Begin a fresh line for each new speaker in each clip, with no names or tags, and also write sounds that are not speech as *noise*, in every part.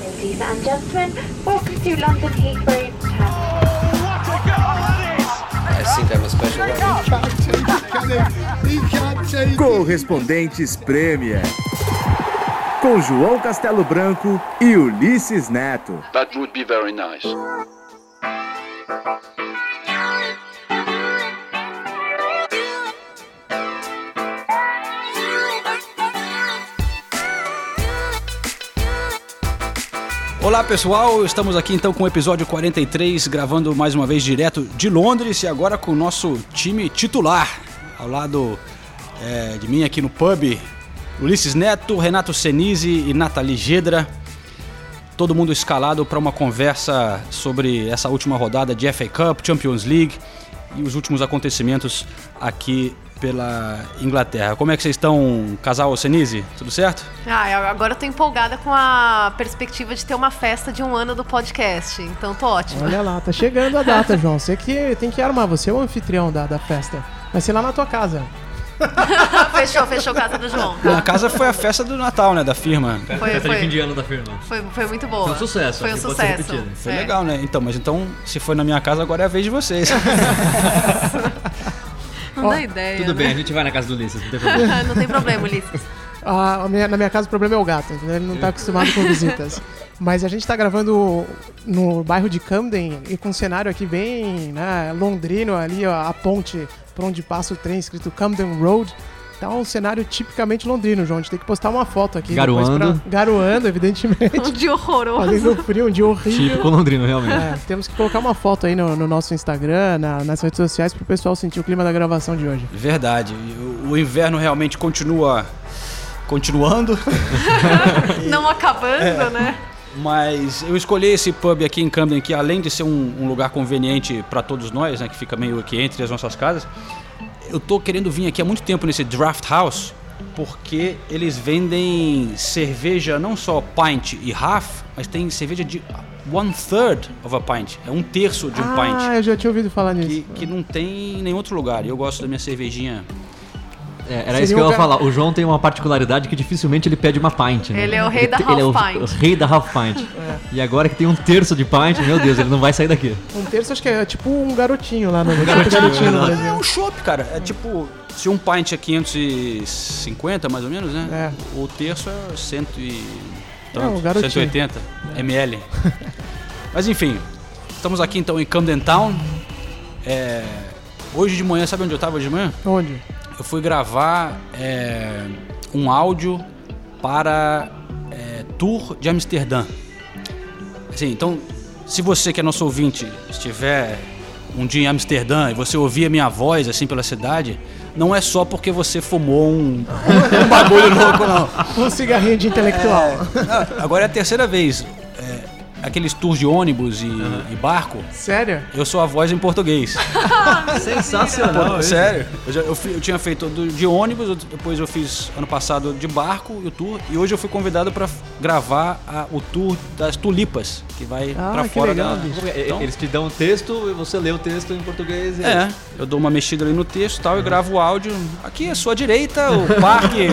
Ladies and gentlemen, welcome to London Heathrow Terminal.
I
Assim é
think I'm a special weapon.
Correspondentes Premier. Com João Castelo Branco e Ulisses Neto.
That would be very nice.
Olá pessoal, estamos aqui então com o episódio 43, gravando mais uma vez direto de Londres e agora com o nosso time titular. Ao lado é, de mim aqui no pub, Ulisses Neto, Renato Senise e Nathalie Gedra. Todo mundo escalado para uma conversa sobre essa última rodada de FA Cup, Champions League e os últimos acontecimentos aqui pela Inglaterra. Como é que vocês estão, casal Senise? Tudo certo?
Ah, eu- agora eu tô empolgada com a perspectiva de ter uma festa de um ano do podcast. Então tô ótima.
Olha lá, tá chegando a data, João. Você que tem que armar, você é o anfitrião da, da festa. Vai ser lá na tua casa.
*laughs* fechou, fechou casa do João.
Na casa foi a festa do Natal, né, da firma.
Foi,
Tá, Festa de fim de
foi,
ano da firma.
foi, foi muito boa.
Foi um sucesso,
Foi um
aqui pode ser
sucesso.
repetido.
Foi
É.
legal, né? Então, mas então, se foi na minha casa, agora é a vez de vocês.
Não dá ideia.
Tudo
né?
bem, a gente vai na casa do Ulisses, não tem problema.
*laughs* Não tem problema, Ulisses.
Ah, a minha- na minha casa o problema é o gato, entendeu? ele não tá acostumado com visitas. Mas a gente tá gravando no bairro de Camden e com um cenário aqui bem né, londrino ali, ó, a ponte por onde passa o trem escrito Camden Road. Tá um cenário tipicamente londrino, João. A gente tem que postar uma foto aqui. depois
Garoando.
pra- Garoando, evidentemente.
Um dia horroroso.
Fazendo frio, um dia horrível.
Típico londrino, realmente.
É, temos que colocar uma foto aí no, no nosso Instagram, na- nas redes sociais, pro pessoal sentir o clima da gravação de hoje.
Verdade. O- O inverno realmente continua continuando, *laughs*
Não acabando, né?
mas eu escolhi esse pub aqui em Camden que além de ser um, um lugar conveniente para todos nós, né, que fica meio que entre as nossas casas, eu tô querendo vir aqui há muito tempo nesse Draft House porque eles vendem cerveja não só pint e half, mas tem cerveja de one third of a pint, é um terço de um pint.
Ah, eu já tinha ouvido falar nisso.
que, que não tem em nenhum outro lugar. E eu gosto da minha cervejinha.
É, era
Seria
isso que eu
um
ia
ca-
falar. O João tem uma particularidade que dificilmente ele pede uma pint, né?
Ele é o rei da
te- ele é o-
half pint. É.
o rei da half pint. E agora que tem um terço de pint, meu Deus, ele não vai sair daqui.
Um terço acho que é tipo um garotinho lá no tipo garotinho no
É
Brasil.
um chopp, cara. É tipo, se um pint é 550, mais ou menos, né? O terço é 100 e
É,
tanto,
o garotinho. É.
180 ml. Mas enfim, estamos aqui então em Camden Town. É, hoje de manhã, sabe onde eu tava hoje de manhã?
Onde?
Eu fui gravar é, um áudio para é, Tour de Amsterdã. Assim, então, se você que é nosso ouvinte estiver um dia em Amsterdã e você ouvir a minha voz assim pela cidade, não é só porque você fumou um, um bagulho louco, não.
Um cigarrinho de intelectual.
Não, Agora é a terceira vez. É, aqueles tours de ônibus e, e barco,
Sério?
eu sou a voz em português.
Sensacional.
Sério? é Eu, já- eu fi- eu tinha feito do- de ônibus, eu- depois eu fiz ano passado de barco e o tour, e hoje eu fui convidado pra gravar a- o tour das tulipas, que vai
Ah,
pra
que
fora
legal,
da.
bicho.
Então,
Eles te dão um texto, você lê o texto em português e...
é, eu dou uma mexida ali no texto e tal, e gravo o áudio. Aqui à sua direita, o parque.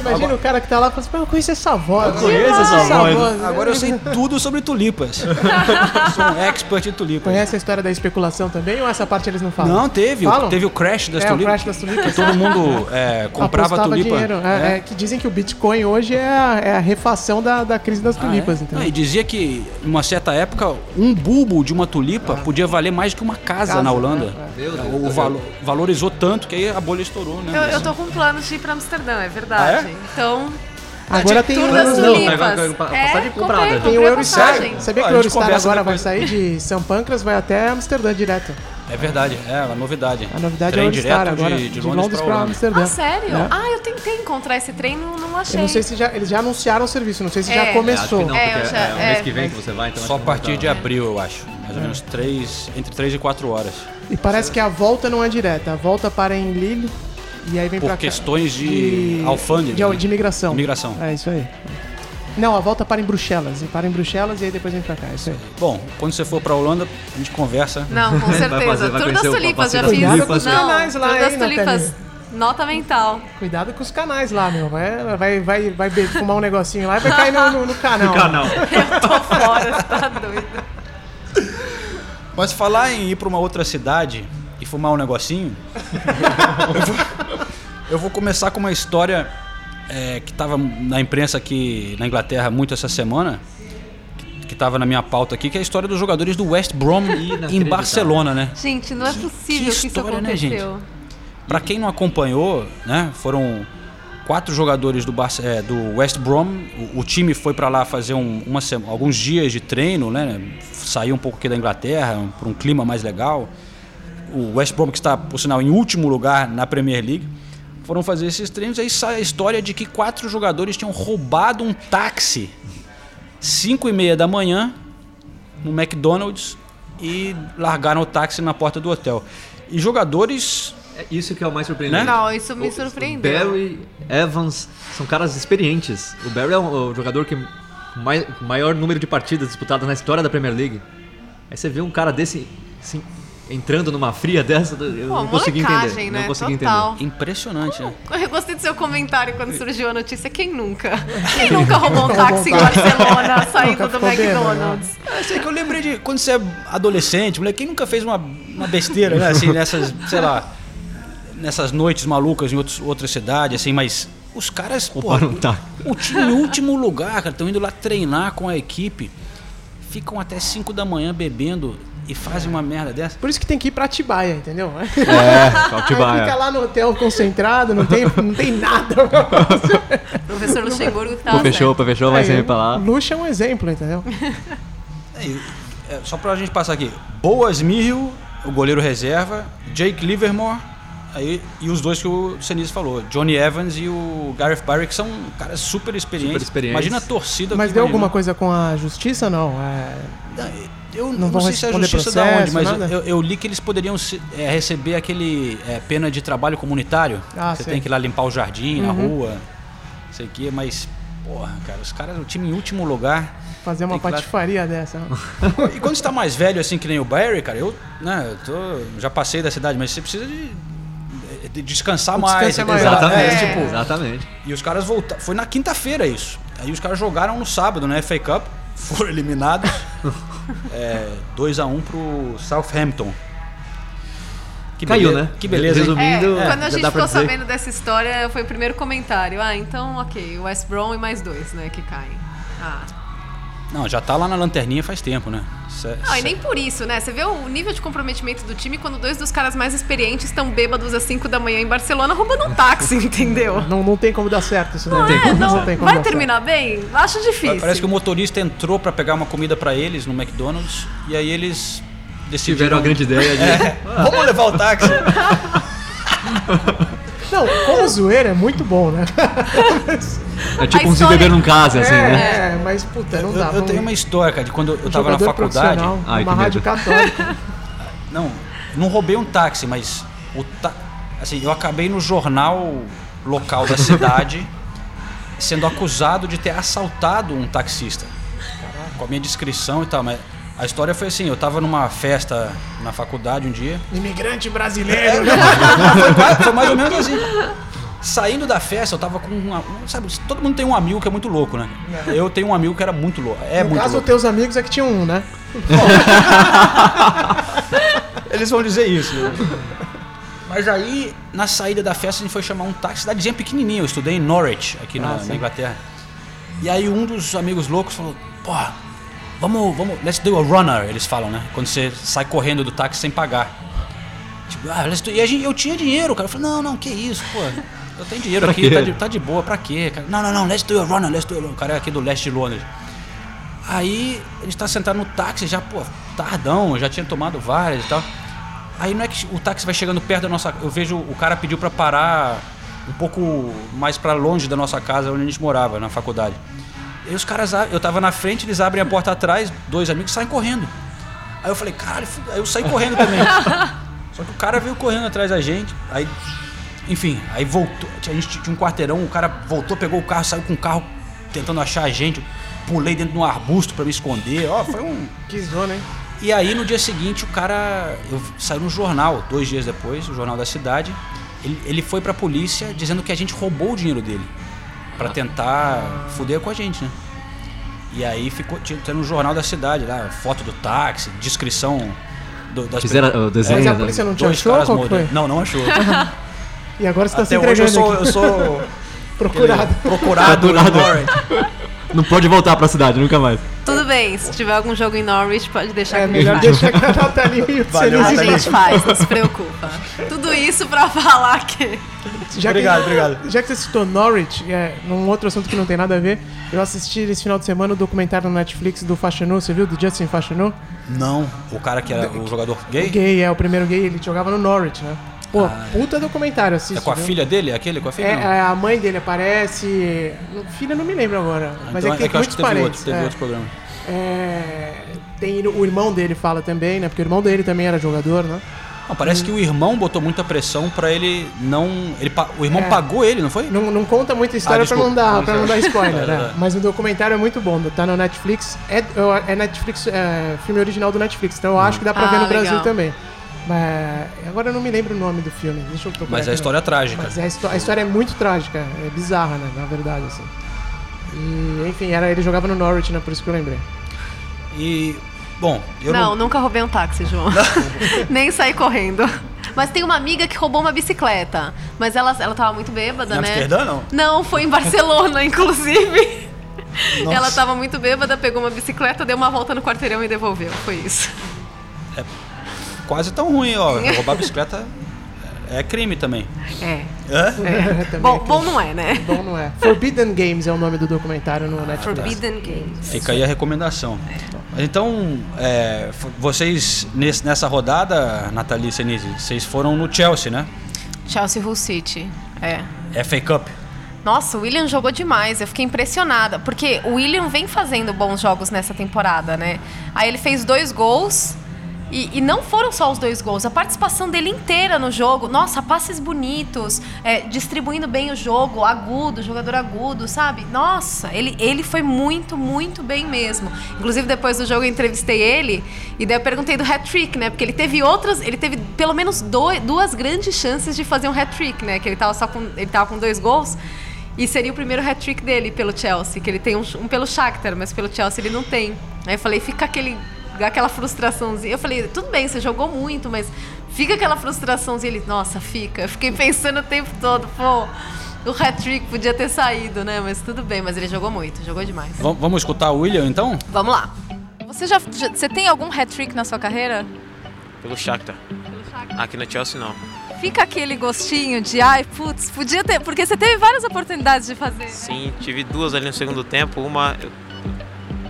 Imagina o cara que tá lá e fala assim, "Pô, eu conheço essa voz. né? Eu
conheço essa voz."
Agora eu sei tudo sobre
*laughs*
tulipas. Sou um expert em tulipas.
Conhece a história da especulação também ou essa parte eles não falam?
Não, teve.
Falam?
Teve o crash das
É, o
tulipas.
crash das tulipas.
Que todo mundo
*laughs*
é, comprava
Apostava
tulipa.
dinheiro. É, é, que dizem que o Bitcoin hoje é a, é a refação da, da crise das tulipas, então.
Ah, é?
entendeu?
Ah, e dizia que, em uma certa época, um bulbo de uma tulipa podia valer mais que uma casa,
Ah. Casa,
na Holanda. É,
né?
O valo- valorizou tanto que aí a bolha estourou, né?
Eu, eu tô com planos de ir pra Amsterdã, é verdade. Então,
Agora tem
tudo assim, né?
um
das
ano não.
Vai, vai, vai,
tulipas.
pa-
É,
passagem
comprei,
comprada.
comprei
Tem o
a
Eurostar.
passagem.
Sabia
Ó,
que
a
o
gente
Eurostar
conversa
agora vai
depois.
sair de São Pancras, vai até Amsterdã direto.
É verdade, é uma novidade.
A novidade
Trem
é o Eurostar
direto
agora.
de, de Londres, pra né? Holanda.
Amsterdã.
Ah, sério?
É.
Ah, eu tentei encontrar esse trem, não, não achei.
Eu não sei se já, eles já anunciaram o serviço, não sei se
É.
já
É, acho que
começou.
não,
É,
porque
eu já-
é, o mês
é.
que vem que você vai, então...
Só a
acho que não
partir
tá-
de abril, eu acho. Mais
É.
ou menos três, entre 3 e 4 horas.
E parece que a volta não é direta, a volta para em Lille e aí vem
Por
pra
questões de,
de-
alfândega.
cá. De, de
né?
imigração.
Imigração.
É isso aí. Não, a volta para em Bruxelas. E para em Bruxelas e aí depois vem pra cá. É isso aí.
Bom, quando você for pra Holanda, a gente conversa. né?
Não, com certeza.
fazer- *laughs* vai
Tour das
conhecer o
tulipas, já
passeio
fiz.
das tulipas.
Cuidado com os canais lá,
Tour das
hein, Natália?
tulipas. Nota mental.
Cuidado com os canais lá, meu. Vai, vai, vai, vai be- fumar um negocinho lá e vai cair no, no- no canal.
Ah,
Tô fora, você *laughs* tá doido.
Mas falar em ir pra uma outra cidade e fumar um negocinho, eu, vou, eu vou começar com uma história é, que estava na imprensa aqui na Inglaterra muito essa semana, que estava na minha pauta aqui, que é a história dos jogadores do West Brom em
Inacreditável.
Barcelona, né?
Gente, não é possível que,
que
isso
história, né,
aconteceu.
Pra quem não acompanhou, né, foram quatro jogadores do, Barce- eh, do West Brom. O, o time foi pra lá fazer um- uma sema- alguns dias de treino, né, sair um pouco aqui da Inglaterra um, para um clima mais legal. O West Brom que está, por sinal, em último lugar na Premier League, foram fazer esses treinos. Aí sai a história de que quatro jogadores tinham roubado um táxi 5 e meia da manhã no McDonald's e largaram o táxi na porta do hotel. E jogadores
É isso que é o mais surpreendente.
Né?
Não, isso me
O-
surpreendeu.
O Barry, Evans, são caras experientes. O Barry é o o jogador que mai, com maior número de partidas disputadas na história da Premier League. Aí você vê um cara desse assim, entrando numa fria dessa, eu
Pô,
não consegui
molecagem,
entender.
né?
Não consegui
Total.
Impressionante, né?
Eu gostei do seu comentário quando surgiu a notícia. Quem nunca? Quem nunca roubou um táxi em Barcelona saindo do
ficou
né?
bêbado,
McDonald's?
Eu É, sei que eu lembrei de quando você é adolescente, moleque, quem nunca fez uma, uma besteira, né? Assim, nessas, sei lá, nessas noites malucas em outros, outra cidade, assim, mas os caras, pô,
entender. Pô, não tá.
o time em último lugar, cara, estão indo lá treinar com a equipe, ficam até 5 da manhã bebendo e fazem uma merda dessa.
Por isso que tem que ir pra
*laughs*
Atibaia, entendeu?
*laughs*
É,
Aí fica lá no hotel concentrado, não tem, não tem nada.
O professor Luxemburgo tá que tava
fechou, pô, *laughs* fechou, vai
Aí,
sempre pra lá.
Luxo é um
*laughs*
exemplo, entendeu?
É, e- é, só pra gente passar aqui, Boas Mirro, o goleiro reserva, Jake Livermore, aí, e os dois que o Senise falou, Johnny Evans e o Gareth Barry, que são caras super experientes.
Super experientes.
Imagina a torcida.
Mas
que
deu
imagina.
alguma coisa com a justiça ou não? É,
Eu
Não
não,
vão
sei se é a
responder
justiça da onde,
processo,
mas
nada?
eu, eu li que eles poderiam se- é, receber aquele é, pena de trabalho comunitário.
Ah,
Você
sei. Uhum.
tem que ir lá limpar o jardim, na rua, não sei o quê, mas. Porra, cara, os caras, o time em último lugar.
fazer uma
Tem que lá- *laughs*
patifaria dessa. né?
E quando você tá mais velho, assim, que nem o Barry, cara, eu, né, eu tô, já passei da cidade, mas você precisa de, de descansar
Um
O
mais.
descanso é maior.
exatamente.
Exatamente,
É.
tipo, exatamente.
E os caras voltaram. Foi na quinta-feira isso. Aí os caras jogaram no sábado, né? FA Cup, *laughs* foram eliminados. é, 2x1 pro Southampton. Que
Caiu,
bele-
né?
Que beleza. hein?
É,
Resumindo,
quando a
já
gente
dá pra
ficou
dizer.
sabendo dessa história, foi o primeiro comentário. Ah, então, ok, o West Brom e mais dois, né, que caem. Ah,
Não, já tá lá na lanterninha faz tempo, né? Cê-
Não, e
cê-
nem por isso, né? Você vê o nível de comprometimento do time quando dois dos caras mais experientes estão bêbados às 5 da manhã em Barcelona roubando um táxi, *laughs* entendeu?
Não, não tem como dar certo isso daí.
É, não,
tem como
vai
dar certo.
terminar bem? Acho difícil.
Parece que o motorista entrou pra pegar uma comida pra eles no McDonald's e aí eles decidiram.
Tiveram a grande ideia
*laughs*
de.
É.
Vamos levar o
*laughs*
táxi.
Não, como zoeira é muito bom, né?
É tipo
A
um se
história-
beber num casa, *laughs* assim, né?
É, mas puta, não
Eu,
dá.
eu tenho uma história, cara, de quando eu tava na faculdade.
Ai,
uma
que
rádio
medo. *laughs*
católica.
Não, não roubei um táxi, mas o ta- assim, eu acabei no jornal local
*laughs*
da cidade sendo acusado de ter assaltado um taxista. Com a minha descrição e tal, mas a história foi assim, eu tava numa festa na faculdade um
*laughs*
dia.
É
Imigrante brasileiro, né?
Foi, qua- foi mais ou menos assim. Saindo da festa, eu tava com uma, um- sabe, todo mundo tem um amigo que é muito louco, né? Eu tenho um amigo que era muito louco. É
no
muito
caso,
louco.
teus amigos é que tinha um, né?
Eles vão dizer isso. Mas aí, na saída da festa, a gente foi chamar um táxi, cidadezinha pequenininha. Eu estudei em Norwich, aqui na, na Inglaterra. E aí um dos amigos loucos falou, pô, vamos, vamos, let's do a runner, eles falam, né? Quando você sai correndo do táxi sem pagar. Tipo, ah, let's do... E a gente, eu tinha dinheiro, cara. Eu falei, não, não, que isso, pô. Eu tenho dinheiro aqui,
quê?
tá de, tá de boa, pra quê? Cara? Não, não, não, let's do a runner, let's do a runner. O cara é aqui do leste de Londres. Aí a gente tá sentado no táxi, já, pô, tardão, eu já tinha tomado várias e tal. Aí não é que o táxi vai chegando perto da nossa. Eu vejo o cara pediu pra parar um pouco mais pra longe da nossa casa onde a gente morava, na faculdade. E os caras, a- eu tava na frente, eles abrem a porta atrás, dois amigos saem correndo. Aí eu falei, caralho, fu- aí eu saí correndo também. Só que o cara veio correndo atrás da gente, aí. Enfim, aí voltou. A gente tinha um quarteirão, o cara voltou, pegou o carro, saiu com o carro tentando achar a gente. Eu Pulei dentro de um arbusto pra me esconder. Ó, foi um.
Que né? zona, hein?
E aí no dia seguinte o cara eu, saiu no jornal, dois dias depois, o jornal da cidade, Ele, ele foi pra polícia dizendo que a gente roubou o dinheiro dele. Pra tentar foder com a gente, né? E aí ficou tinha- tendo um jornal da cidade lá, foto do táxi, descrição do, das
Fizeram
pe-
o desenho
Mas a
É.
né?
polícia não te
dois
achou?
caras
Qual que
morderam.
foi?
Não, não achou.
E agora você *laughs* tá se
Até hoje eu
entregando
sou,
aqui.
eu
*laughs*
sou
procurado. *laughs*
procurado
Procurado.
em Warren.
Tá Não pode voltar pra cidade, nunca mais.
Tudo bem, se tiver algum jogo em Norwich, pode deixar
É
que a gente
melhor
faz.
*laughs*
deixar que a Nathalie e o
Uhum. Valeu,
A
Senise-
Nathalie.
gente faz, não se preocupa. Tudo isso pra *laughs* falar que.
Já
Obrigado,
que,
obrigado.
Já que você citou Norwich, é, num outro assunto que não tem nada a ver, eu assisti esse final de semana o documentário no Netflix do Fashinu, você viu? Do Justin Fashinu?
Não, o cara que era o jogador gay?
Gay, é o primeiro gay, ele jogava no Norwich, né? Pô, puta documentário,
É
assiste.
com a
viu?
filha dele? Aquele com a filha?
né? É,
não.
é, a mãe dele aparece. Filha, não me lembro agora.
Ah,
Mas
então
é que tem
eu acho
muitos
que teve
parentes.
outro, teve
é.
outro programa.
É, tem o irmão dele fala também, né? Porque o irmão dele também era jogador, né?
Não, parece que o irmão botou muita pressão pra ele não. Ele, pa- o irmão pagou ele, não foi?
É. Não, não conta muita história pra,
Ah, desculpa.
não dar, pra não dar
*laughs*
spoiler,
É, é.
né? Mas o documentário é muito bom, tá no Netflix. É, é Netflix, é filme original do Netflix, então eu acho que dá pra
Hum.
Ah,
ver no
legal.
Brasil também. Mas é, agora eu não me lembro o nome do filme, deixa eu procurar.
Mas a
aqui.
história é trágica.
Mas é a, histó- a história é muito trágica, é bizarra, né? Na verdade, assim. E, enfim, era, ele jogava no Norwich, né? Por isso que
*laughs*
eu lembrei.
E. Bom, eu
não,
não.
nunca roubei um táxi, João. *laughs* Nem saí correndo. Mas tem uma amiga que roubou uma bicicleta. Mas ela, ela tava muito bêbada,
Em
né?
Amsterdã, não?
Não, foi em
*laughs*
Barcelona, inclusive.
Nossa.
Ela tava muito bêbada, pegou uma bicicleta, deu uma volta no quarteirão e devolveu. Foi isso.
Quase tão ruim,
*laughs*
ó. Roubar bicicleta é crime também.
É.
Hã?
Também
Bom,
aqui.
bom não é, né?
Bom, não é. Forbidden Games é o nome do documentário no Netflix.
tá.
Forbidden Games.
Fica aí a recomendação. Mas então, é, f- vocês, nes- nessa rodada, Nathalie e Senise, vocês foram no Chelsea, né?
Chelsea Hull City. É.
FA Cup.
Nossa, o William jogou demais. Eu fiquei impressionada. Porque o William vem fazendo bons jogos nessa temporada, né? Aí ele fez dois gols. E, e não foram só os dois gols, a participação dele inteira no jogo. Nossa, passes bonitos, é, distribuindo bem o jogo, agudo, jogador agudo, sabe? Nossa, ele, ele foi muito, muito bem mesmo. Inclusive, depois do jogo eu entrevistei ele e daí eu perguntei do hat-trick, né? Porque ele teve outras, ele teve pelo menos doi- duas grandes chances de fazer um hat-trick, né? Que ele tava só com, ele tava com dois gols. E seria o primeiro hat-trick dele pelo Chelsea, que ele tem um, um pelo Shakhtar, mas pelo Chelsea ele não tem. Aí eu falei, fica aquele, aquela frustraçãozinha. Eu falei, tudo bem, você jogou muito, mas fica aquela frustraçãozinha. Ele, nossa, fica. Eu fiquei *laughs* pensando o tempo todo, pô, o hat-trick podia ter saído, né? Mas tudo bem, mas ele jogou muito, jogou demais.
V- vamos escutar o William, então?
Vamos lá. Você já, já- você tem algum hat-trick na sua carreira?
Pelo Shakhtar. Aqui na Chelsea não.
Fica aquele gostinho de, ai, putz, podia ter, porque você teve várias oportunidades de fazer. né?
Sim, tive duas ali no segundo tempo. Uma eu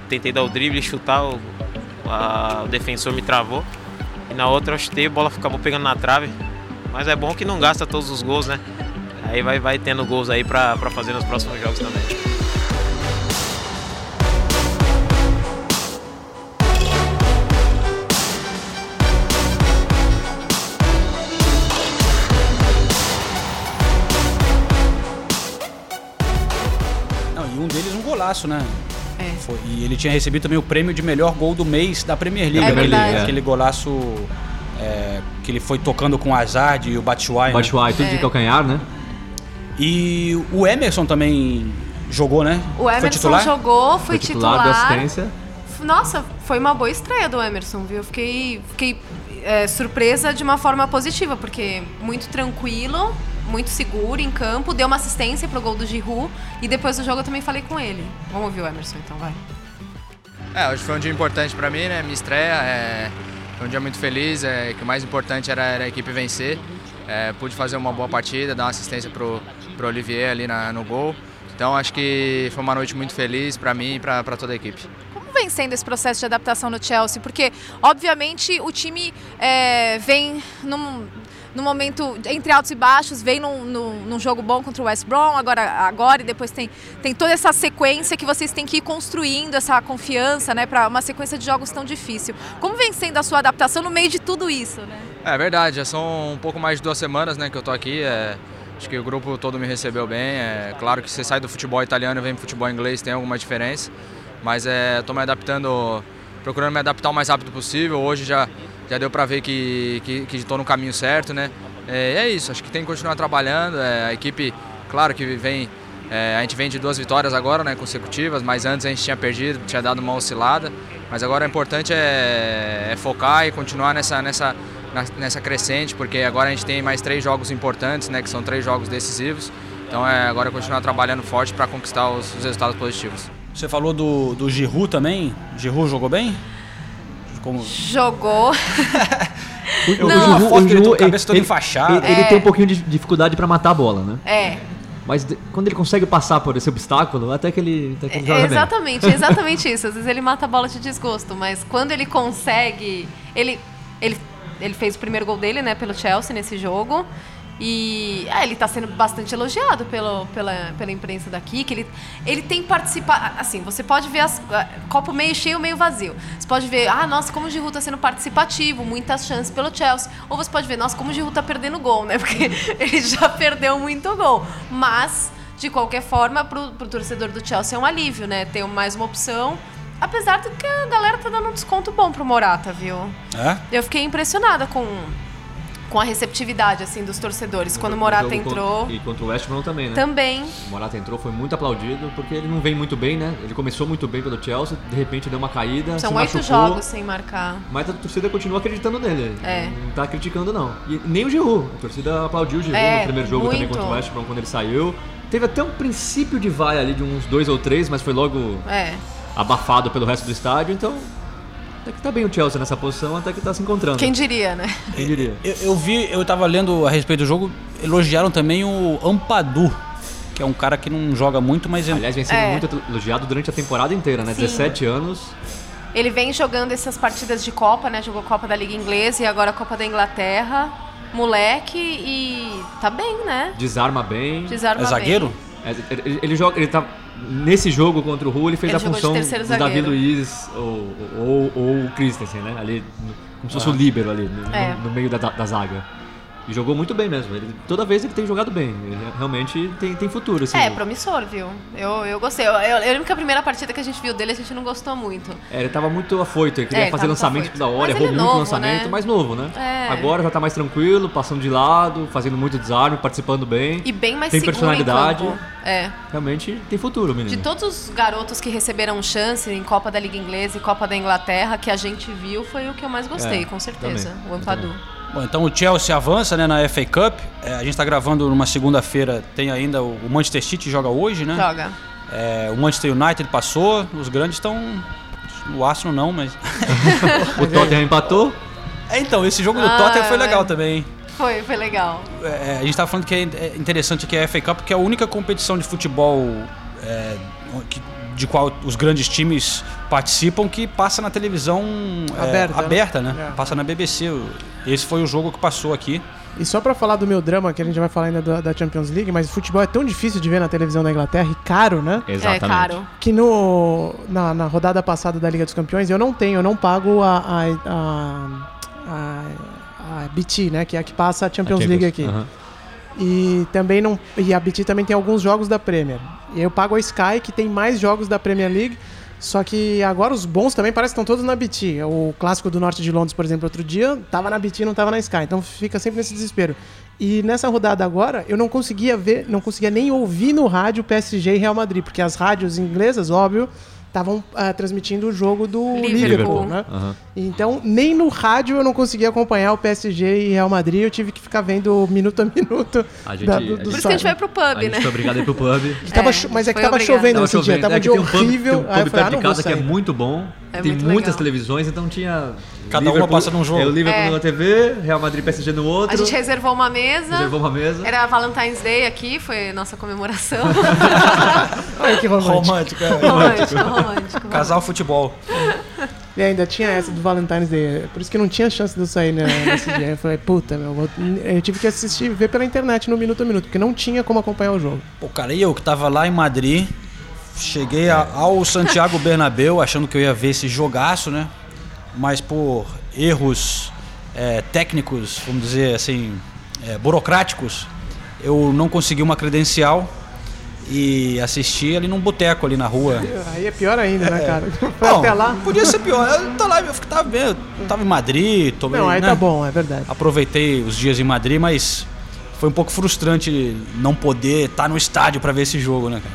tentei dar o drible, chutar, o, a- o defensor me travou. E na outra eu chutei, a bola acabou pegando na trave. Mas é bom que não gasta todos os gols, né? Aí vai, vai tendo gols aí pra, pra fazer nos próximos jogos também.
Não, e um deles um golaço, né?
É.
Foi- e ele tinha recebido também o prêmio de melhor gol do mês da Premier League. né?
É
aquele,
verdade.
aquele golaço é, que ele foi tocando com o Hazard e o Batshuayi. né?
Batshuayi, tudo
É.
de calcanhar, né?
E o Emerson também jogou, né?
O
foi
Emerson
titular?
jogou, foi titular.
deu assistência.
F- Nossa, foi uma boa estreia do Emerson, viu? Eu Fiquei, fiquei é, surpresa de uma forma positiva, porque muito tranquilo, muito seguro em campo, deu uma assistência pro gol do Giroud e depois do jogo eu também falei com ele. Vamos ouvir o Emerson então, vai.
É, hoje foi um dia importante pra mim, né? Minha estreia. É... Foi um dia muito feliz. É... Que o mais importante era, era a equipe vencer. É, Pude fazer uma boa partida, dar uma assistência pro, pro Olivier ali na- no gol. Então acho que foi uma noite muito feliz pra mim e pra, pra toda a equipe.
Como vem sendo esse processo de adaptação no Chelsea? Porque, obviamente, o time é, vem num, num momento entre altos e baixos, vem num, num- num jogo bom contra o West Brom, agora, agora e depois tem, tem toda essa sequência que vocês têm que ir construindo essa confiança né, para uma sequência de jogos tão difícil. Como vem sendo a sua adaptação no meio de tudo isso? Né?
É verdade, já são um pouco mais de duas semanas né, que eu tô aqui. é, acho que o grupo todo me recebeu bem. É claro que você sai do futebol italiano e vem pro futebol inglês, tem alguma diferença. Mas é, tô me adaptando, procurando me adaptar o mais rápido possível. Hoje já, já deu para ver que, que, que tô no caminho certo, né? É, é isso, acho que tem que continuar trabalhando. é, a equipe, claro que vem. é, a gente vem de duas vitórias agora, né, consecutivas, mas antes a gente tinha perdido, tinha dado uma oscilada. Mas agora o importante é, é focar e continuar nessa, nessa, na- nessa crescente, porque agora a gente tem mais três jogos importantes, né, que são três jogos decisivos. Então é agora continuar trabalhando forte para conquistar os- os resultados positivos.
Você falou do, do Giroud também? Giroud jogou bem? Como...
Jogou.
Eu vi uma foto dele com a cabeça toda enfaixada.
Ele, tem um pouquinho de dificuldade pra matar a bola, né?
É.
Mas de- quando ele consegue passar por esse obstáculo, até que ele, até que ele joga
É,
bem. *laughs*
exatamente, é exatamente isso. Às vezes ele mata a bola de desgosto, mas quando ele consegue. Ele, ele, ele fez o primeiro gol dele, né, pelo Chelsea nesse jogo. E ah, ele tá sendo bastante elogiado pelo, pela, pela imprensa daqui, que ele, ele tem participado. Assim, você pode ver as, ah, copo meio cheio, meio vazio. Você pode ver, ah, nossa, como o Giroud tá sendo participativo, muitas chances pelo Chelsea. Ou você pode ver, nossa, como o Giroud tá perdendo gol, né? *laughs* Porque ele já perdeu muito gol. Mas de qualquer forma, pro, pro torcedor do Chelsea é um alívio, né? Ter mais uma opção. Apesar de que a galera tá dando um desconto bom pro Morata, viu?
É?
Eu fiquei impressionada com, com a receptividade, assim, dos torcedores. Quando o Morata
jogo contra-
entrou,
E contra o West Brom também, né?
também.
O Morata entrou, foi muito aplaudido, porque ele não vem muito bem, né? Ele começou muito bem pelo Chelsea, de repente deu uma caída,
São
se
oito
machucou,
jogos sem marcar.
Mas a torcida continua acreditando nele.
É.
Não tá criticando, não. E nem o Giroud. A torcida aplaudiu o Giroud
É,
no primeiro jogo também
muito.
contra o West Brom, quando ele saiu. Teve até um princípio de vai ali de uns dois ou três, mas foi logo
É.
abafado pelo resto do estádio, então... Até que tá bem o Chelsea nessa posição, até que tá se encontrando.
Quem diria, né?
Quem diria?
Eu, eu vi, eu tava lendo a respeito do jogo, elogiaram também o Ampadu, que é um cara que não joga muito, mas é-
Aliás, vem sendo
É.
muito elogiado durante a temporada inteira, né?
Sim.
17 anos.
Ele vem jogando essas partidas de Copa, né? Jogou Copa da Liga Inglesa e agora a Copa da Inglaterra. Moleque e tá bem, né?
Desarma bem.
Desarma
é
bem.
zagueiro?
É, Ele, ele joga, ele tá nesse jogo contra o Hull, ele fez
Ele
a
jogou de
função
terceiro
do Davi
zagueiro.
Luiz ou, ou, ou o Christensen, né? Ali, no- como se fosse o líbero ali, no,
Ah. É.
no meio da, da- da zaga. E jogou muito bem mesmo. Ele, toda vez ele tem jogado bem. Ele realmente tem, tem futuro. Assim,
É, promissor, viu? Eu, eu gostei. Eu, eu- eu lembro que a primeira partida que a gente viu dele, a gente não gostou muito.
É, ele tava muito afoito, ele queria
É,
fazer
tava
lançamento
muito
toda hora,
afoito. Mas
errou
ele é
muito
novo,
lançamento,
né?
mas novo, né?
É.
Agora já tá mais tranquilo, passando de lado, fazendo muito desarme, participando bem.
E bem mais
Tem
seguro
personalidade.
em campo. É.
Realmente tem futuro, menino.
De todos os garotos que receberam chance em Copa da Liga Inglesa e Copa da Inglaterra, que a gente viu, foi o que eu mais gostei,
É,
com certeza.
também,
O Ampadu.
eu
Bom, então o Chelsea avança né, na FA Cup. É, a gente tá gravando numa segunda-feira, tem ainda o o Manchester City joga hoje, né?
Joga.
É, o Manchester United passou, os grandes estão. O Arsenal não, mas.
O Tottenham empatou,
É, então, esse jogo do
Ah,
Tottenham foi
é.
legal também. hein?
Foi, foi legal.
É, a gente tá falando que é in- é interessante que é a FA Cup, porque é a única competição de futebol é, que- de qual os grandes times participam que passa na televisão é,
Aberta, né?
aberta, né?
É.
Passa na BBC. O- Esse foi o jogo que passou aqui.
E só pra falar do meu drama, que a gente vai falar ainda da, da Champions League, mas o futebol é tão difícil de ver na televisão da Inglaterra e caro, né?
Exatamente.
É caro.
Que no, na, na rodada passada da Liga dos Campeões eu não tenho, eu não pago a. a, a, a- a BT, né? Que é a que passa a Champions, League aqui.
Aham.
E também não. E a BT também tem alguns jogos da Premier. E eu pago a Sky, que tem mais jogos da Premier League. Só que agora os bons também parece que estão todos na BT. O clássico do norte de Londres, por exemplo, outro dia, tava na BT e não tava na Sky. Então fica sempre nesse desespero. E nessa rodada agora, eu não conseguia ver, não conseguia nem ouvir no rádio PSG e Real Madrid, porque as rádios inglesas, óbvio, estavam ah, transmitindo o jogo do
Liverpool.
Liverpool, né?
Aham.
Então, nem no rádio eu não conseguia acompanhar o PSG e Real Madrid, eu tive que ficar vendo minuto a *laughs* minuto
A gente- é
da- do,
a
do
gente-
Por isso que a
site.
gente vai pro pub,
A gente
né?
foi obrigado a ir pro
*laughs*
pub.
E tava
É,
cho- mas é que
foi
tava
obrigado.
chovendo
Tava
nesse dia,
chovendo.
tava
É
de
que tem um pub-
horrível.
Tem um pub
aí eu falei, ah,
perto
não
de
vou
casa que é
sair.
muito bom.
É
tem
muito
muitas
legal.
televisões, então tinha.
Cada uma passa num jogo.
É o Liverpool
É.
numa TV, Real Madrid PSG no outro.
A gente É, reservou uma mesa.
reservou uma mesa.
Era Valentine's Day aqui, foi
*laughs*
nossa comemoração.
Olha que
Romântico,
romântico.
é.
romântico,
*laughs*
romântico.
Casal futebol.
E ainda tinha essa do Valentine's Day. Por isso que não tinha chance de eu sair né, nesse dia. Eu falei, puta, meu. vou- Eu tive que assistir, ver pela internet no minuto a minuto, porque não tinha como acompanhar o jogo.
Pô, cara, e eu que tava lá em Madrid, cheguei a- ao Santiago Bernabéu achando que eu ia ver esse jogaço, né? Mas por erros é, técnicos, vamos dizer assim, é, burocráticos, eu não consegui uma credencial e assistir ali num boteco ali na rua.
Aí é pior ainda, né, cara? Foi
Bom,
até lá.
Podia ser pior. Eu tô lá, eu fico- tava, eu tava em Madrid, tomei.
Não, aí
né?
tá bom, é verdade.
Aproveitei os dias em Madrid, mas foi um pouco frustrante não poder estar no estádio pra ver esse jogo, né, cara?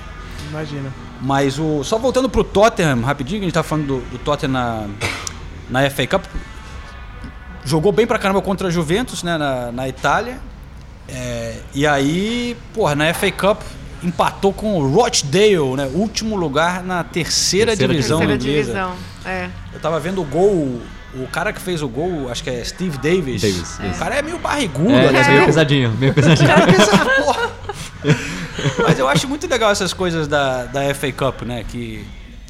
Imagina.
Mas o. Só voltando pro Tottenham, rapidinho, que a gente tá falando do, do Tottenham na, na FA Cup. Jogou bem pra caramba contra a Juventus, né, na, na Itália. É, e aí, porra, na FA Cup empatou com o Rochdale, né? Último lugar na terceira,
Terceira
divisão
Terceira
inglesa.
divisão. É.
Eu tava vendo o gol. O cara que fez o gol, acho que é Steve Davis.
Davis,
o cara é meio barrigudo,
É,
né?
é meio pesadinho,
*laughs*
meio pesadinho.
cara pensa, porra. Mas eu acho muito legal essas coisas da, da FA Cup, né? Que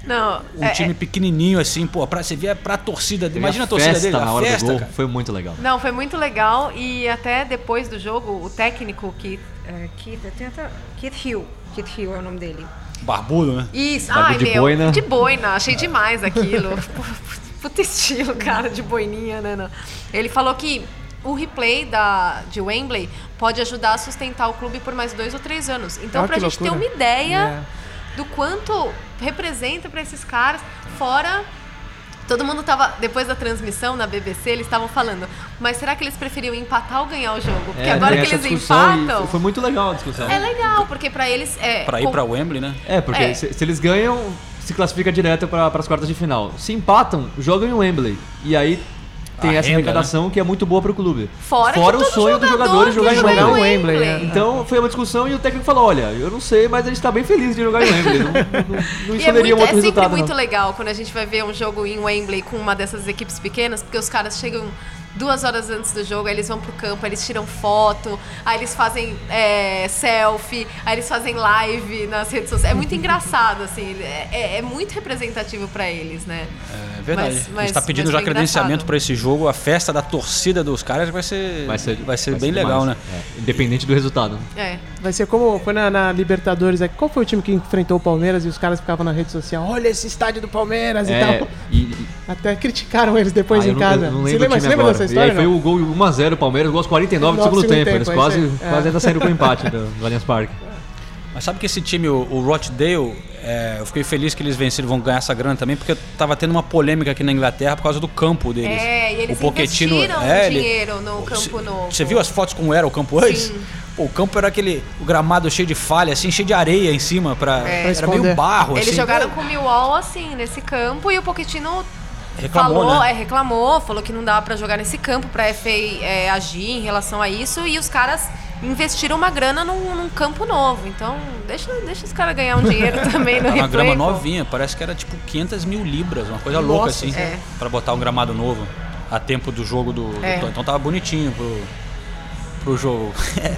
Não,
um
é-
time pequenininho assim, pô, pra, você via pra torcida dele. Imagina a
Teve
torcida
festa
dele,
na
a
hora
festa,
do gol,
cara.
foi muito legal.
Não, foi muito legal e até depois do jogo, o técnico que é, Keith, eu tenho até- Keith Hill, Keith Hill é o nome dele.
Barbudo, né?
Isso,
Barba
ai
de
meu,
boina.
de boina, achei demais aquilo. *laughs* Puta estilo, cara, de boininha, né? não. Ele falou que o replay da, de Wembley pode ajudar a sustentar o clube por mais dois ou três anos. Então,
Ah,
pra
que
gente ter uma
loucura.
ideia
É.
do quanto representa pra esses caras, fora Todo mundo tava, depois da transmissão na BBC, eles estavam falando, mas será que eles preferiam empatar ou ganhar o jogo? Porque
É,
agora
tem
que
essa
eles
discussão e
empatam,
foi- Foi muito legal a discussão.
é legal, porque pra eles é.
Pra ir
com-
pra Wembley, né?
É, porque
É.
Se, se eles ganham, se classifica direto para as quartas de final. Se empatam, jogam em Wembley. E aí tem
A
essa
renda,
arrecadação que é muito boa para o clube.
Fora, que
o
todo
sonho dos
jogador
jogadores jogar
quer
em Wembley.
jogar em Wembley, é.
Então foi uma discussão e o técnico falou: olha, eu não sei, mas a gente está bem feliz de jogar em Wembley. Não, não, não
*laughs* E é,
escolheria um
muito, é
outro
sempre
resultado.
muito
não.
legal quando a gente vai ver um jogo em Wembley com uma dessas equipes pequenas, porque os caras chegam duas horas antes do jogo, aí eles vão pro campo, aí eles tiram foto, aí eles fazem é, selfie, aí eles fazem live nas redes sociais. É muito engraçado, assim, é, é- é muito representativo pra eles, né?
É verdade.
Mas-
a
mas-
gente tá pedindo
mas
já
foi
credenciamento
engraçado.
pra esse jogo. A festa da torcida dos caras vai ser, vai ser, bem legal,
demais.
né?
É, independente do resultado.
É.
Vai ser como foi na, na Libertadores aqui. Qual foi o time que enfrentou o Palmeiras e os caras ficavam na rede social? Olha esse estádio do Palmeiras então, e
É,
tal.
e- e-
Até criticaram eles depois
Ah, eu
em
não-
casa.
eu não lembro o
você lembra,
time
você lembra
agora.
dessa
E aí
história?
foi
não?
o gol 1x0 Palmeiras, gol aos 49 do
Nove do
segundo tempo.
segundo
Eles
tempo,
quase,
é isso aí.
quase
É.
ainda saíram pro empate do
*laughs*
do Allianz Parque.
Mas sabe que esse time, o, o Rochdale, é, eu fiquei feliz que eles venceram, vão ganhar essa grana também, porque tava tendo uma polêmica aqui na Inglaterra por causa do campo deles.
É, e eles
Pochettino-
investiram
é, ele-
dinheiro no campo novo.
Você viu as fotos como era o campo antes? Pô, o campo era aquele o gramado cheio de falha, assim, cheio de areia em cima para
É.
era meio
Esconder.
barro.
Eles
assim.
jogaram com o Millwall, assim, nesse campo, e o Pochettino
Reclamou,
falou,
né?
é, reclamou, falou que não dava pra jogar nesse campo, pra FA é, agir em relação a isso, e os caras investiram uma grana num, num campo novo. Então, deixa, deixa os caras ganhar um dinheiro *laughs* também
Era
no
É uma
replay.
grama
pô.
novinha, parece que era tipo 500 mil libras, uma coisa louca
Nossa,
assim,
é.
pra botar um gramado novo a tempo do jogo do, do
É.
Tottenham. Então tava bonitinho pro, pro jogo. *laughs*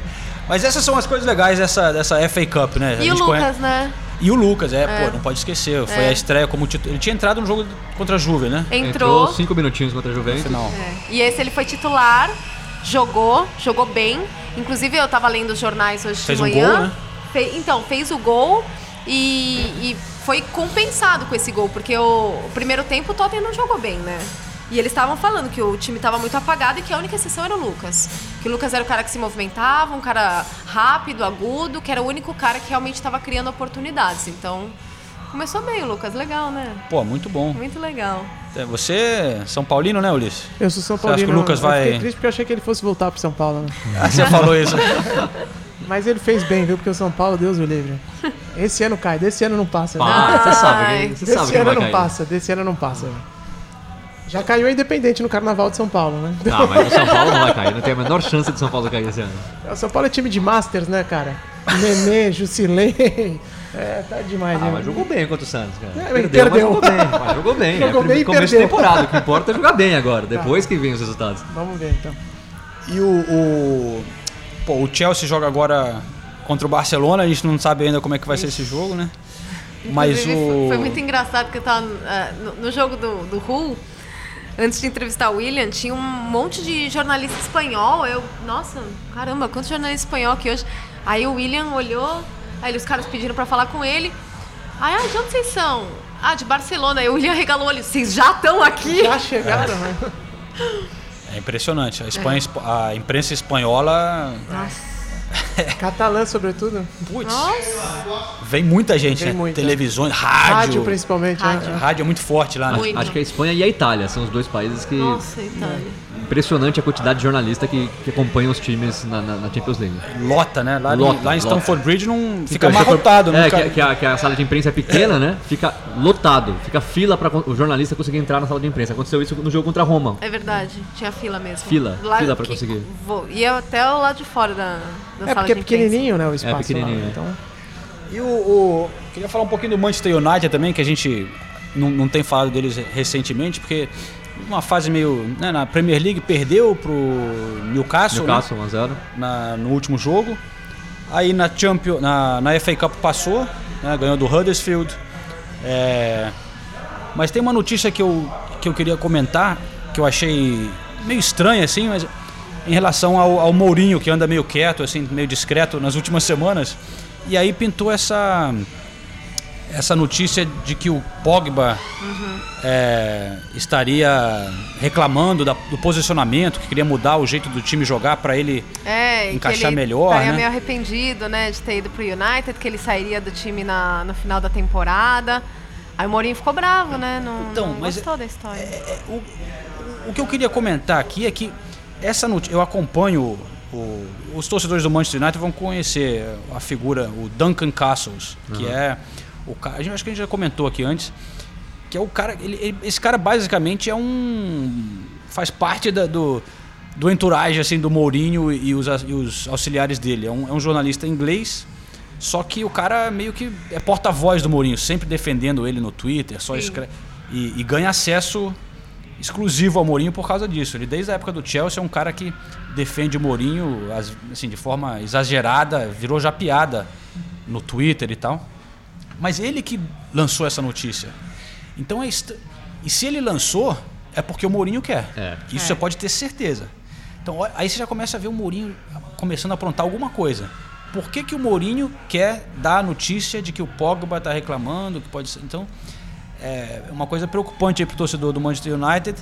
Mas essas são as coisas legais dessa, dessa FA Cup, né? A
E o
gente
Lucas, É.
conhe-
né?
E o Lucas, é, pô, não pode esquecer. Foi a estreia como titular. Ele tinha entrado no jogo contra a Juve, né?
Entrou.
5 minutinhos contra a Juventus.
Final.
É. E esse ele foi titular, jogou, jogou bem. Inclusive eu tava lendo os jornais hoje
Fez
de
um
manhã.
gol, né?
Fe- então, fez o gol e, e foi compensado com esse gol, porque o, o primeiro tempo o Tottenham não jogou bem, né? E eles estavam falando que o time estava muito apagado e que a única exceção era o Lucas. Que o Lucas era o cara que se movimentava, um cara rápido, agudo, que era o único cara que realmente estava criando oportunidades. Então, começou bem o Lucas, legal, né?
Pô, muito bom.
Muito legal.
É, Você é São Paulino, né, Ulisses? *laughs*
Eu sou São
Você acha
Paulino.
que o Lucas
eu
vai-
fiquei triste porque eu achei que ele fosse voltar pro São Paulo. né?
Ah, você falou isso.
Mas ele fez bem, viu? Porque o São Paulo, Deus o *laughs* livre. Esse ano cai, desse ano não passa. né?
Ah, você
Ai.
sabe, que- você sabe
Desse
que
ano
vai
não
cair. né?
passa, desse ano não passa. né? Já caiu a Independente no Carnaval de São Paulo, né?
Ah, mas o São Paulo não vai cair. Não tem a menor chance de São Paulo cair esse ano.
O São Paulo é time de Masters, né, cara? Nenê, Jusilei. *laughs* É, tá demais,
Ah,
né?
mas jogou bem contra o Santos, cara.
É,
mas
perdeu.
jogou bem. Mas jogou bem.
*laughs* Jogou
é
bem e
começo de
perdeu. Tá.
temporada. O que importa é jogar bem agora, depois que vem os resultados.
Vamos ver então.
E o, o- Pô, o Chelsea joga agora contra o Barcelona, a gente não sabe ainda como é que vai ser esse jogo, né? Mas
Inclusive, fo-
o.
Foi muito engraçado que eu tava ah, no, no jogo do, do Hull, antes de entrevistar o William, tinha um monte de jornalista espanhol. Eu, nossa, caramba, quanto jornalista espanhol aqui hoje. Aí o William olhou, aí os caras pediram pra falar com ele. Aí, ah, de onde vocês são? Ah, de Barcelona. Aí o William regalou o olho, vocês já estão aqui?
Já chegaram, né?
É impressionante. A, Espanha, a imprensa espanhola
Catalã, sobretudo.
Vem muita gente,
Vem
né?
muita.
Televisões, rádio.
Rádio, principalmente. né?
A Rádio é muito forte lá, né?
Muito.
Acho que a Espanha e a Itália são os dois países que.
Nossa, Itália.
Impressionante a quantidade de jornalista que, que acompanha os times na, na- na Champions League.
Lota, né? Lá, em-
Lota,
lá em
lota.
Stamford Bridge não fica
Então, acho que foi-
amarrotado.
É,
nunca-
que, que a, que a sala de imprensa é pequena, né? Fica lotado. Fica fila para o jornalista conseguir entrar na sala de imprensa. Aconteceu isso no jogo contra a Roma.
É verdade, tinha fila mesmo.
Fila, fila pra
que-
conseguir.
Vou, ia até lá de fora da, da
É
sala
porque é
de imprensa.
pequenininho, né, o espaço. lá,
pequenininho,
né?
é.
Então,
E o, o- Queria falar um pouquinho do Manchester United também, que a gente não, não tem falado deles recentemente, porque uma fase meio. né, na Premier League perdeu pro Newcastle, né,
Newcastle, 1x0.
na- no último jogo. Aí na, Champions, na, na FA Cup passou, né, ganhou do Huddersfield. É, Mas tem uma notícia que eu, que eu queria comentar, que eu achei meio estranha, assim, mas em relação ao, ao Mourinho, que anda meio quieto, assim, meio discreto nas últimas *laughs* semanas. E aí pintou essa, essa notícia de que o Pogba
Uhum.
é, estaria reclamando da- do posicionamento, que queria mudar o jeito do time jogar para ele
É, e que
encaixar
ele
melhor,
estaria
né?
meio arrependido, né, de ter ido pro United, que ele sairia do time na, no final da temporada. Aí o Mourinho ficou bravo, né? Não,
Então,
não
mas
gostou da história.
é,
O que eu queria comentar aqui é que essa noti- eu acompanho o- os torcedores do Manchester United vão conhecer a figura o Duncan Castles, que é o cara, acho que a gente já comentou aqui antes, que é o cara, ele- ele- esse cara basicamente é um faz parte da- do do entourage assim do Mourinho e os, a- e os auxiliares dele. É um, é um jornalista inglês, só que o cara meio que é porta-voz do Mourinho, sempre defendendo ele no Twitter, só escreve e, e ganha acesso exclusivo ao Mourinho por causa disso. Ele desde a época do Chelsea é um cara que defende o Mourinho as- assim de forma exagerada, virou já piada no Twitter e tal. Mas ele que lançou essa notícia. Então é est... e se ele lançou é porque o Mourinho quer.
É.
Isso você pode ter certeza. Então ó, aí você já começa a ver o Mourinho começando a aprontar alguma coisa. Por que, que o Mourinho quer dar a notícia de que o Pogba está reclamando, que pode ser? Então é uma coisa preocupante aí pro torcedor do Manchester United,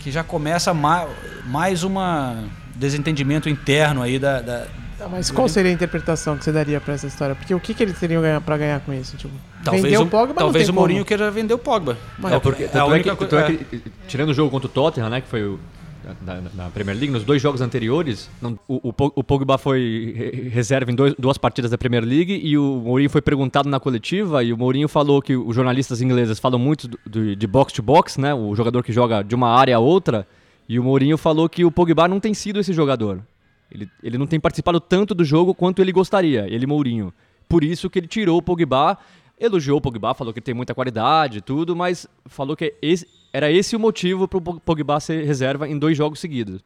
que já começa ma- mais uma desentendimento interno aí da, da-
tá, mas qual seria a interpretação que você daria pra essa história? Porque o que, que eles teriam ganhar pra ganhar com isso? Tipo,
talvez
vender
o,
o Pogba
talvez
não
o
tem como.
Mourinho queira vender o Pogba.
É, porque tanto é que-
única co-
tanto é
é.
que, tirando o jogo contra o Tottenham, né, que foi o- na, na- na Premier League, nos dois jogos anteriores, não- o, o Po- o Pogba foi re- reserva em dois- duas partidas da Premier League e o Mourinho foi perguntado na coletiva e o Mourinho falou que os jornalistas ingleses falam muito do- do- de box to box, né, o jogador que joga de uma área a outra, e o Mourinho falou que o Pogba não tem sido esse jogador. Ele, ele não tem participado tanto do jogo quanto ele gostaria, ele Mourinho. Por isso que ele tirou o Pogba, elogiou o Pogba, falou que ele tem muita qualidade e tudo, mas falou que esse- era esse o motivo para o Pogba ser reserva em dois jogos seguidos.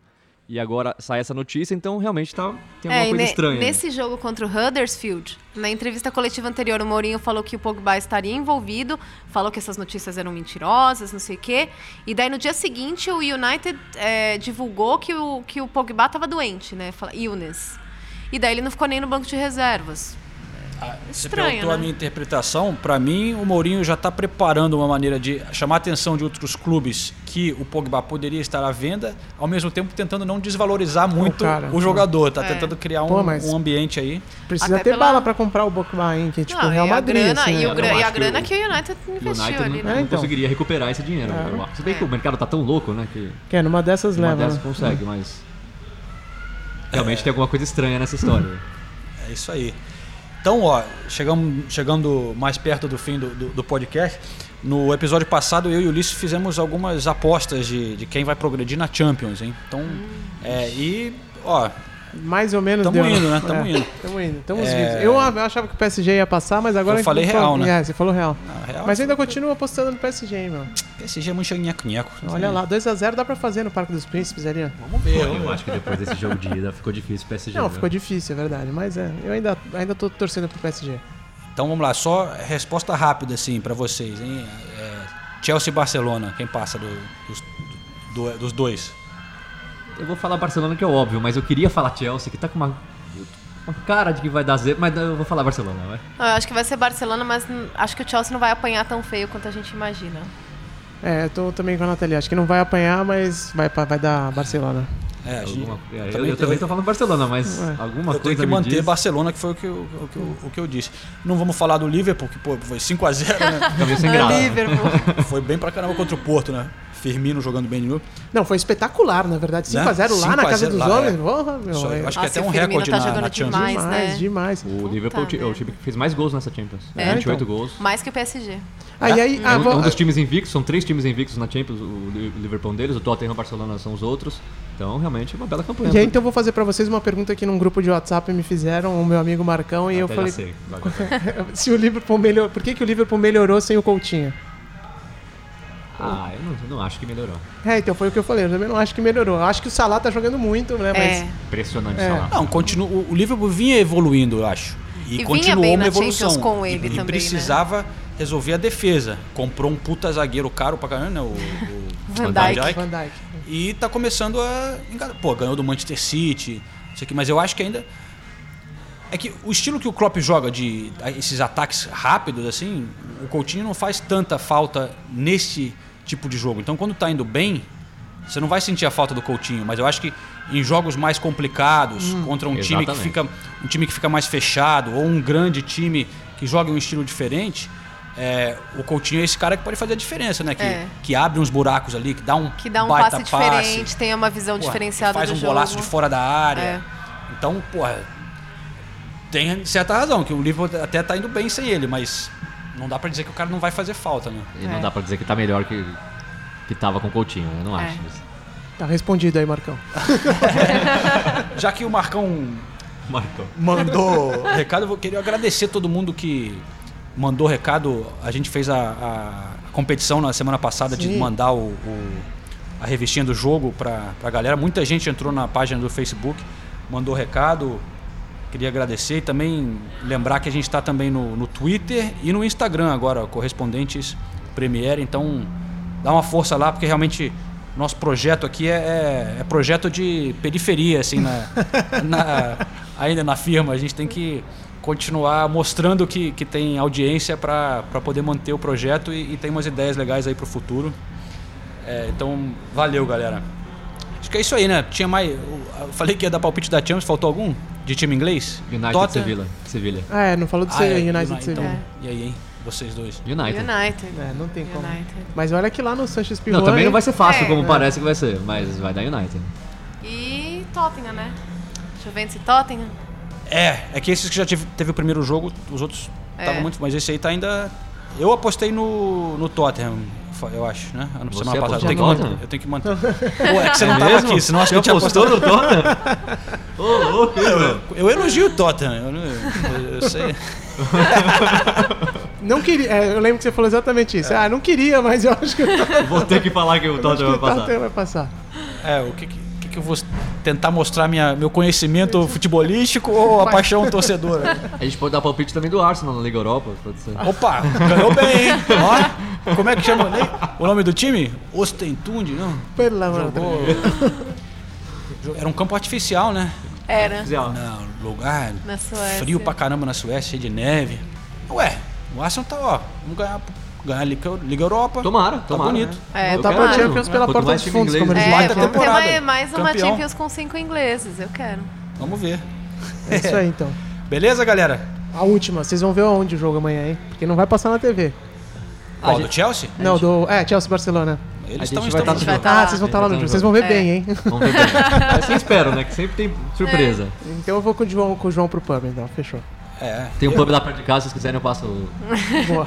E agora sai essa notícia, então realmente tá, tem alguma
É, e
coisa
ne-
estranha. né?
Nesse jogo contra o Huddersfield, na entrevista coletiva anterior, o Mourinho falou que o Pogba estaria envolvido, falou que essas notícias eram mentirosas, não sei o quê. E daí no dia seguinte o United eh, divulgou que o, que o Pogba estava doente, né? Fala, illness. E daí ele não ficou nem no banco de reservas.
Você
Estranho,
perguntou a
né?
minha interpretação. Pra mim, o Mourinho já tá preparando uma maneira de chamar a atenção de outros clubes que o Pogba poderia estar à venda, ao mesmo tempo tentando não desvalorizar muito
cara,
o
é.
jogador. Tá tentando criar um,
Pô, mas-
um ambiente aí.
Precisa
Até
ter
pela-
bala pra comprar o Pogba, hein? Que é tipo
Não,
o Real
e a
Madrid,
grana,
assim,
e, o
né?
gra-
Eu
e a
acho que
grana
o-
que o United
O
investiu
United
ali,
não,
né? É.
É,
não
então.
conseguiria recuperar esse dinheiro. eu acho. Se bem que o mercado tá tão louco, né, que
Que é, numa dessas
uma
leva.
dessas
né?
consegue, mas realmente tem alguma coisa estranha nessa história.
É isso aí. Então, ó, chegamos, chegando mais perto do fim do, do- do podcast. No episódio passado, eu e o Ulisses fizemos algumas apostas de, de quem vai progredir na Champions, hein? Então,
Hum.
é, e, ó,
Mais ou menos
Tamo
deu.
indo, né? Tamo
É,
indo.
Tamo indo. Tamo
É.
vivos. Eu a- eu achava que o PSG ia passar, mas agora...
Eu falei
a gente falou-
real, né?
É, você falou real.
na real, é
Mas ainda continua apostando no PSG, hein, meu.
PSG é muito nheco-nheco.
Olha lá, 2x0 dá pra fazer no Parque dos Príncipes ali, ó.
Vamos ver. vamos ver.
Eu acho que depois desse jogo de ida ficou difícil o PSG.
Não,
viu?
ficou difícil, é verdade. Mas é, eu ainda, ainda tô torcendo pro PSG.
Então vamos lá, só resposta rápida assim pra vocês, hein? É, Chelsea e Barcelona, quem passa do- dos, do- dos dois?
Eu vou falar Barcelona que é óbvio, mas eu queria falar Chelsea, que tá com uma, uma cara de que vai dar zebra, mas eu vou falar Barcelona, vai.
Ah, Eu acho que vai ser Barcelona, mas hum, acho que o Chelsea não vai apanhar tão feio quanto a gente imagina.
É, eu tô também com a Nathalie. Acho que não vai apanhar, mas vai, pa- vai dar Barcelona.
É, a gente
Alguma- é, eu,
também
eu também
tem-
tô falando Barcelona, mas
Ué.
alguma
eu tenho
coisa
que
me
manter
diz-
Barcelona, que foi o que, eu- o, que eu- o que eu disse. Não vamos falar do Liverpool, que pô, foi 5x0,
*laughs*
né?
Fica meio sem
Ah,
graça.
Liverpool.
foi bem pra caramba contra o Porto, né? Firmino jogando bem de novo.
Não, foi espetacular, na verdade.
Né?
5x0 lá na
5 a 0
casa dos
lá,
homens.
é.
Porra, meu.
Isso aí,
é
eu acho
Nossa,
que é até um
o Firmino
recorde
tá
na,
jogando
na Champions.
demais.
demais,
né?
demais.
O Liverpool é o ti- é o time que fez mais gols nessa Champions.
É,
28 gols.
Mais que o PSG.
Aí, aí,
É
então. ah,
um,
vou-
é um dos times invictos, são três times invictos na Champions, o Li- o Liverpool é um deles, o Tottenham e o Barcelona são os outros. Então, realmente, uma bela campanha.
E aí, então, eu vou fazer pra vocês uma pergunta que num grupo de WhatsApp me fizeram, o meu amigo Marcão, e eu
Até já
falei
sei. Vai, vai, vai.
*laughs* se o Liverpool melhorou. Por que, que o Liverpool melhorou sem o Coutinho?
Ah, eu não, não acho que melhorou.
É, então foi o que eu falei. Eu também não acho que melhorou. Eu acho que o Salah tá jogando muito, né? Mas.
É.
Impressionante,
É.
sei lá.
Não, continua, o o Liverpool vinha evoluindo, eu acho. E,
E vinha
continuou
bem
uma
na
evolução.
Champions com ele
e,
também,
e
né?
precisava resolver a defesa. Comprou um puta zagueiro caro pra caramba, né? O, o
Van
Van
Dijk.
Dijk.
Van Dijk.
E tá começando a. enganar. Pô, ganhou do Manchester City, isso aqui, mas eu acho que ainda. É que o estilo que o Klopp joga de a- esses ataques rápidos, assim, o Coutinho não faz tanta falta nesse tipo de jogo. Então quando tá indo bem, você não vai sentir a falta do Coutinho, mas eu acho que em jogos mais complicados, contra um time que
Exatamente.
fica um time que fica mais fechado ou um grande time que joga em um estilo diferente, é, o Coutinho é esse cara que pode fazer a diferença, né? Que,
É.
que abre uns buracos ali, que dá um
Que dá um
baita
passe diferente, tem uma visão
Porra,
diferenciada
faz
do
um
jogo.
golaço de fora da área.
É.
Então, porra, tem certa razão, que o Liverpool até tá indo bem sem ele, mas não dá pra dizer que o cara não vai fazer falta, né?
E não dá pra dizer que tá melhor que, que tava com o Coutinho, né? Eu não
É.
acho isso.
Tá respondido aí, Marcão.
Já que o Marcão
Marcou.
mandou *laughs* recado, eu vou- queria agradecer todo mundo que mandou recado. A gente fez a, a competição na semana passada de
Sim.
mandar o, o- a revistinha do jogo pra, pra galera. Muita gente entrou na página do Facebook, mandou recado. Queria agradecer e também lembrar que a gente está também no, no Twitter e no Instagram agora, correspondentes Premiere. Então dá uma força lá, porque realmente nosso projeto aqui é, é- é projeto de periferia, assim, na, na- ainda na firma. A gente tem que continuar mostrando que, que tem audiência para poder manter o projeto e, e tem umas ideias legais aí para o futuro. É, então, valeu, galera. Acho que é isso aí, né? Tinha mais. Eu falei que ia dar palpite da Champions, faltou algum? De time inglês?
United
Tottenham?
Sevilha. Sevilha.
Ah, é, não falou do
Ah, é,
Sevilla,
United,
United de Sevilla.
então. E aí, hein? Vocês dois.
United.
United.
É, não tem como.
United.
Mas olha que lá no Sanchez Pivot.
Não, também não vai ser fácil,
É,
como
é.
parece que vai ser, mas vai dar United.
E Tottenham, né? Juventus e Tottenham.
É, é que esses que já tive- teve o primeiro jogo, os outros
É.
estavam muito. Mas esse aí tá ainda. Eu apostei no, no Tottenham, fa- eu acho, né? Ano-
Você
semana passada. Eu
apostou
tenho, que
no
manter,
Tottenham?
eu tenho
*laughs*
que manter. Pô, é que você não tava aqui, senão acho que eu tinha apostado.
apostou no Tottenham?
*laughs*
Ô, louco, hein, meu?
Eu elogio o Tottenham. Eu, não- eu- eu sei.
Não queria. é, eu lembro que você falou exatamente
É.
isso. Ah, não queria, mas eu acho que, eu acho
Vou ter que falar que o
que
Tottenham vai
*laughs* o
passar.
Tottenham vai passar.
É, o que, que, o que que eu vou tentar mostrar minha, meu conhecimento futebolístico ou a paixão torcedora?
A gente pode dar palpite também do Arsenal na Liga Europa, pode ser.
Opa, ganhou bem, hein? Ó, como é que chama né? o nome do time? Ostentunde, não?
Pelo amor de Deus.
Jogou. Era um campo artificial, né?
Era.
Não, lugar
Na Suécia.
frio pra caramba na Suécia, cheio de neve. Ué, o Arsenal tá, ó, vamos ganhar, ganhar a Liga, Liga Europa.
Tomara,
tá
tomara. né?
bonito.
É,
Eu
Tá
quero
pra
mesmo.
Champions pela
Quanto
porta
mais
dos
time
fundos,
inglês,
como eles
É,
*laughs*
Baita
vamos ter
temporada.
mais, mais uma
Campeão.
Champions com cinco ingleses, eu quero.
Vamos ver.
É isso aí, então.
Beleza, galera?
A última, vocês vão ver onde o jogo amanhã, hein? Porque não vai passar na TV.
Qual,
gente-
do Chelsea?
Não, do. É, Chelsea Barcelona.
Eles
a gente
estão
vai tá
estão-
no
Vai
jogo.
tá
Ah,
lá.
vocês vão estar lá no
Então,
jogo. Vocês vão ver
é. *laughs*
bem, hein?
Vamos ver bem. Assim espero, né? Que sempre tem surpresa.
Então eu vou com o João, com o João pro pub, então. Fechou.
É,
Tem um pub lá perto de casa, se vocês quiserem eu passo o,
*laughs* Boa.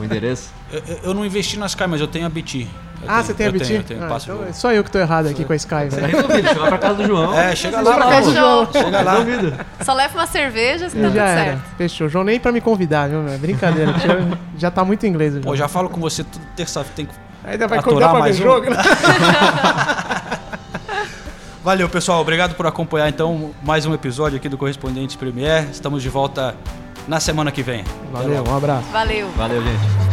o endereço.
eu, eu- eu não investi na Sky, mas eu tenho a BT. Eu
Ah, você tem a
eu
BT?
Tenho, eu tenho,
Ah,
passo o
então é
jogo.
só eu que tô errado aqui com a Sky, né? velho.
Tá Resolvido, chega lá pra casa do João.
É, chega lá,
Pra
lá,
cá,
pô.
Fechou.
Chega lá.
Tá Resolvido.
Só leva uma cerveja, se tá tudo
Já era.
certo.
Fechou. João nem pra me convidar, viu,
*laughs*
meu? Brincadeira. tio. já tá muito inglês, o
Pô,
João.
já falo com você toda terça-feira. Tem que
Ainda vai
aturar
convidar pra ver
mais um.
jogo, né?
Valeu, pessoal. Obrigado por acompanhar então mais um episódio aqui do Correspondentes Premier. Estamos de volta na semana que vem.
Valeu, um abraço.
Valeu.
Valeu, gente.